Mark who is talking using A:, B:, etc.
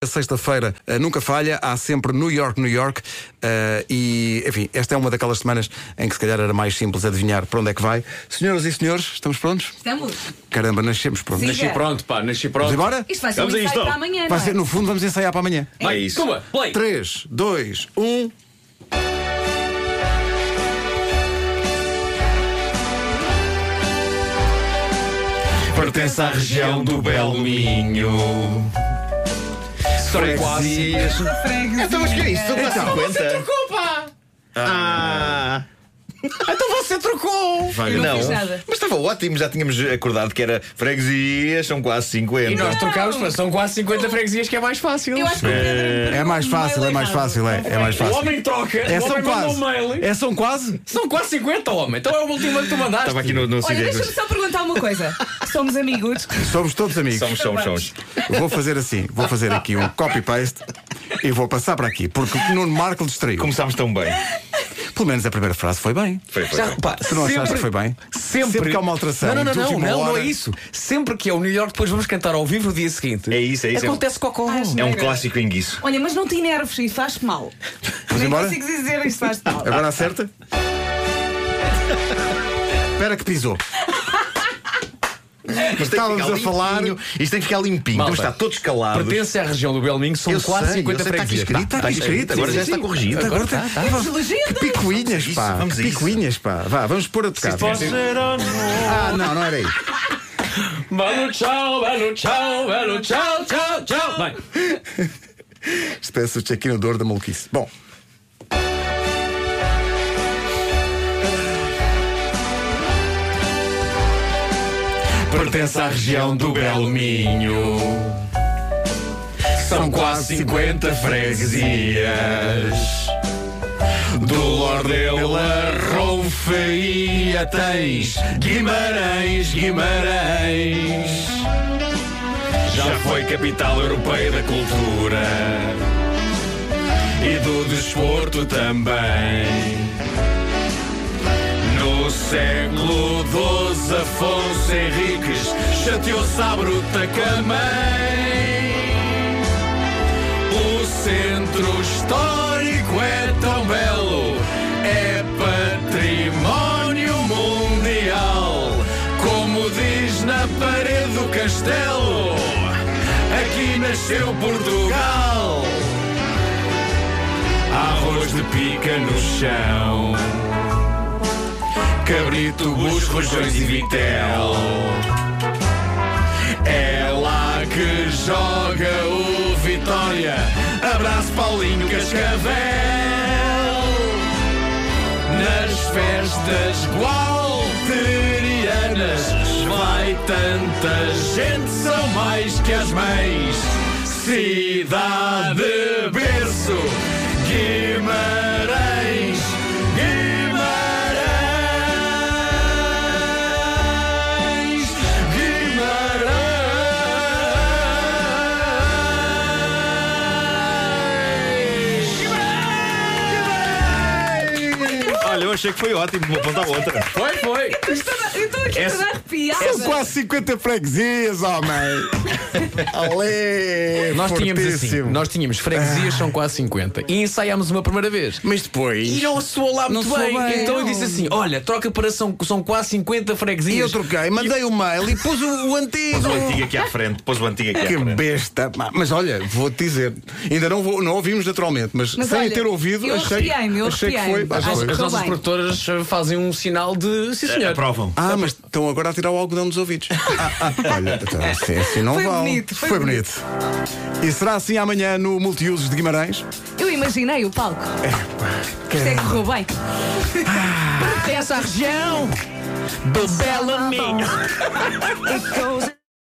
A: A Sexta-feira eh, nunca falha, há sempre New York, New York. eh, e, enfim, esta é uma daquelas semanas em que se calhar era mais simples adivinhar para onde é que vai. Senhoras e senhores, estamos prontos?
B: Estamos.
A: Caramba, nascemos prontos.
B: Sim.
C: Nasci
B: Siga.
C: pronto, pá, nasci pronto.
A: Vamos embora?
B: Isto vai ser um
C: Vamos a
B: ensaio
C: isto.
B: para amanhã,
A: Vai
B: não é?
A: ser, no fundo, vamos ensaiar para amanhã. um.
C: Vai,
D: É
C: isso. Tumba, play.
A: 3, 2, 1.
E: pertence à região do Belo Minho.
C: Sorry, quase.
E: Então, mas que é isso? Tu então, 50? Ah! Então você trocou!
B: Eu não
E: não,
B: fiz nada.
E: mas estava ótimo, já tínhamos acordado que era freguesias, são quase 50.
D: E nós trocámos, mas são quase 50 freguesias que é mais fácil.
B: Eu acho que o Pedro.
A: É mais
B: não
A: fácil, é
B: leu
A: mais
B: Um errado.
A: fácil, é, é mais
C: O
A: fácil.
C: homem troca,
A: É,
C: o
A: são
C: homem manda um
A: quase.
C: mail.
A: É, são quase.
D: São quase 50, homem. Então é o último que tu mandaste.
E: Estava aqui no, no
B: Olha,
E: CD.
B: deixa-me só perguntar uma coisa. Somos amigos.
A: Somos todos amigos.
E: Somos, somos, somos.
A: Vou fazer assim, vou fazer aqui um copy-paste e vou passar para aqui, porque o Nuno Marco distraiu.
E: Começámos tão bem.
A: Pelo menos a primeira frase foi bem.
E: Foi, foi.
D: Já, pá,
A: Tu não
D: sempre,
A: achaste que foi bem?
D: Sempre.
A: Sempre que há uma alteração
D: Não, não, não,
A: de
D: não,
A: última
D: não, não
A: hora-
D: é isso. Sempre que é o New York, depois vamos cantar ao vivo no dia seguinte.
E: É isso, é isso.
D: Acontece cocó.
B: Ah,
E: É um clássico enguiço.
B: Olha, mas não te enerves, isto faz-te mal.
A: Vamos
B: Nem
A: embora? É
B: consigo dizer isto faz-te mal.
A: Agora acerta. Espera que pisou.
E: Mas tem que
A: Estávamos
E: ficar
A: a falar-
E: limpinho. Isto tem que ficar limpinho.
D: Malta,
E: Temos de estar todos
D: Ah,
E: calados.
D: Pertence à região do Belminho, são
E: Eu
D: quase
E: sei,
D: 50
E: eu sei, está aqui
D: freguesias.
E: escrito,
D: Tá,
E: está aqui
D: tá
E: escrito, agora
D: sim,
E: já
D: sim,
E: está
D: sim.
E: corrigido.
A: Agora
D: Agora tá, tá.
A: Vamos-
B: Legenda.
A: Que picuinhas,
E: Isso,
A: pá.
E: vamos
A: que
E: a isso.
A: picuinhas, pá. Vá, vamos pôr a tocar.
D: Tá
A: Ah, não, não era isso.
C: Mano, tchau, mano, tchau, mano, tchau, tchau, tchau. Vai.
A: Isto é parece o check-in odor da maluquice. Bom.
D: Pertence à região do Belo Minho. São quase 50 freguesias. Do Lordeu a Ronfaia tens Guimarães, Guimarães. Já foi capital europeia da cultura e do desporto também. No século XII, Afonso Henriques chateou-se à bruta Camãe. O centro histórico é tão belo, é património mundial. Como diz na parede do castelo, aqui nasceu Portugal. Arroz de pica no chão cabrito, bus, rojões e vitel. É lá que joga o Vitória. Abraço Paulinho Cascavel. Nas festas gualterianas vai tanta gente, são mais que as mães. Cidade berço, Guimarães, Guimarães, Guimarães.
E: Olha, eu achei que foi ótimo, de uma ponta à outra.
D: Foi, foi.
B: Eu estou eu estou aqui
E: Essa-
B: toda arrepiada.
A: São quase 50 freguesias, homem! Olê!
D: Nós tínhamos assim,
A: fortíssimo. Ah.
D: nós tínhamos freguesias, são quase 50. E ensaiámos uma primeira vez.
A: Mas depois.
D: E não soou lá muito
A: Não soou
D: bem.
A: bem,
D: Então eu
A: não.
D: disse assim: olha, troca para são, são quase 50 freguesias.
A: E eu troquei, mandei o mail e pus o, o antigo. é
E: Pôs o antigo aqui à frente, pôs o antigo aqui à
A: Que
E: frente.
A: besta! Ma- Mas olha, vou-te dizer, ainda não, vou- não ouvimos naturalmente, mas,
B: Mas
A: sem
B: olha,
A: ter ouvido,
B: eu
A: achei,
B: arrepiei-me, eu
A: achei que foi.
B: arrepiei-me.
A: acho que
B: Acho
A: foi.
B: que-
D: As nossas
B: bem.
D: produtoras eh, fazem um sinal de sim, senhor.
E: Aprovam.
A: Ah, mas estão agora a tirar o algodão dos ouvidos. Ah, ah, olha, então, assim, assim não
B: Foi
A: vale.
B: bonito, foi
A: bonito. E será assim amanhã no Multiusos de Guimarães?
B: Eu imaginei o palco. Isto é que correu bem.
D: Essa região do Belo Minho.
B: It goes-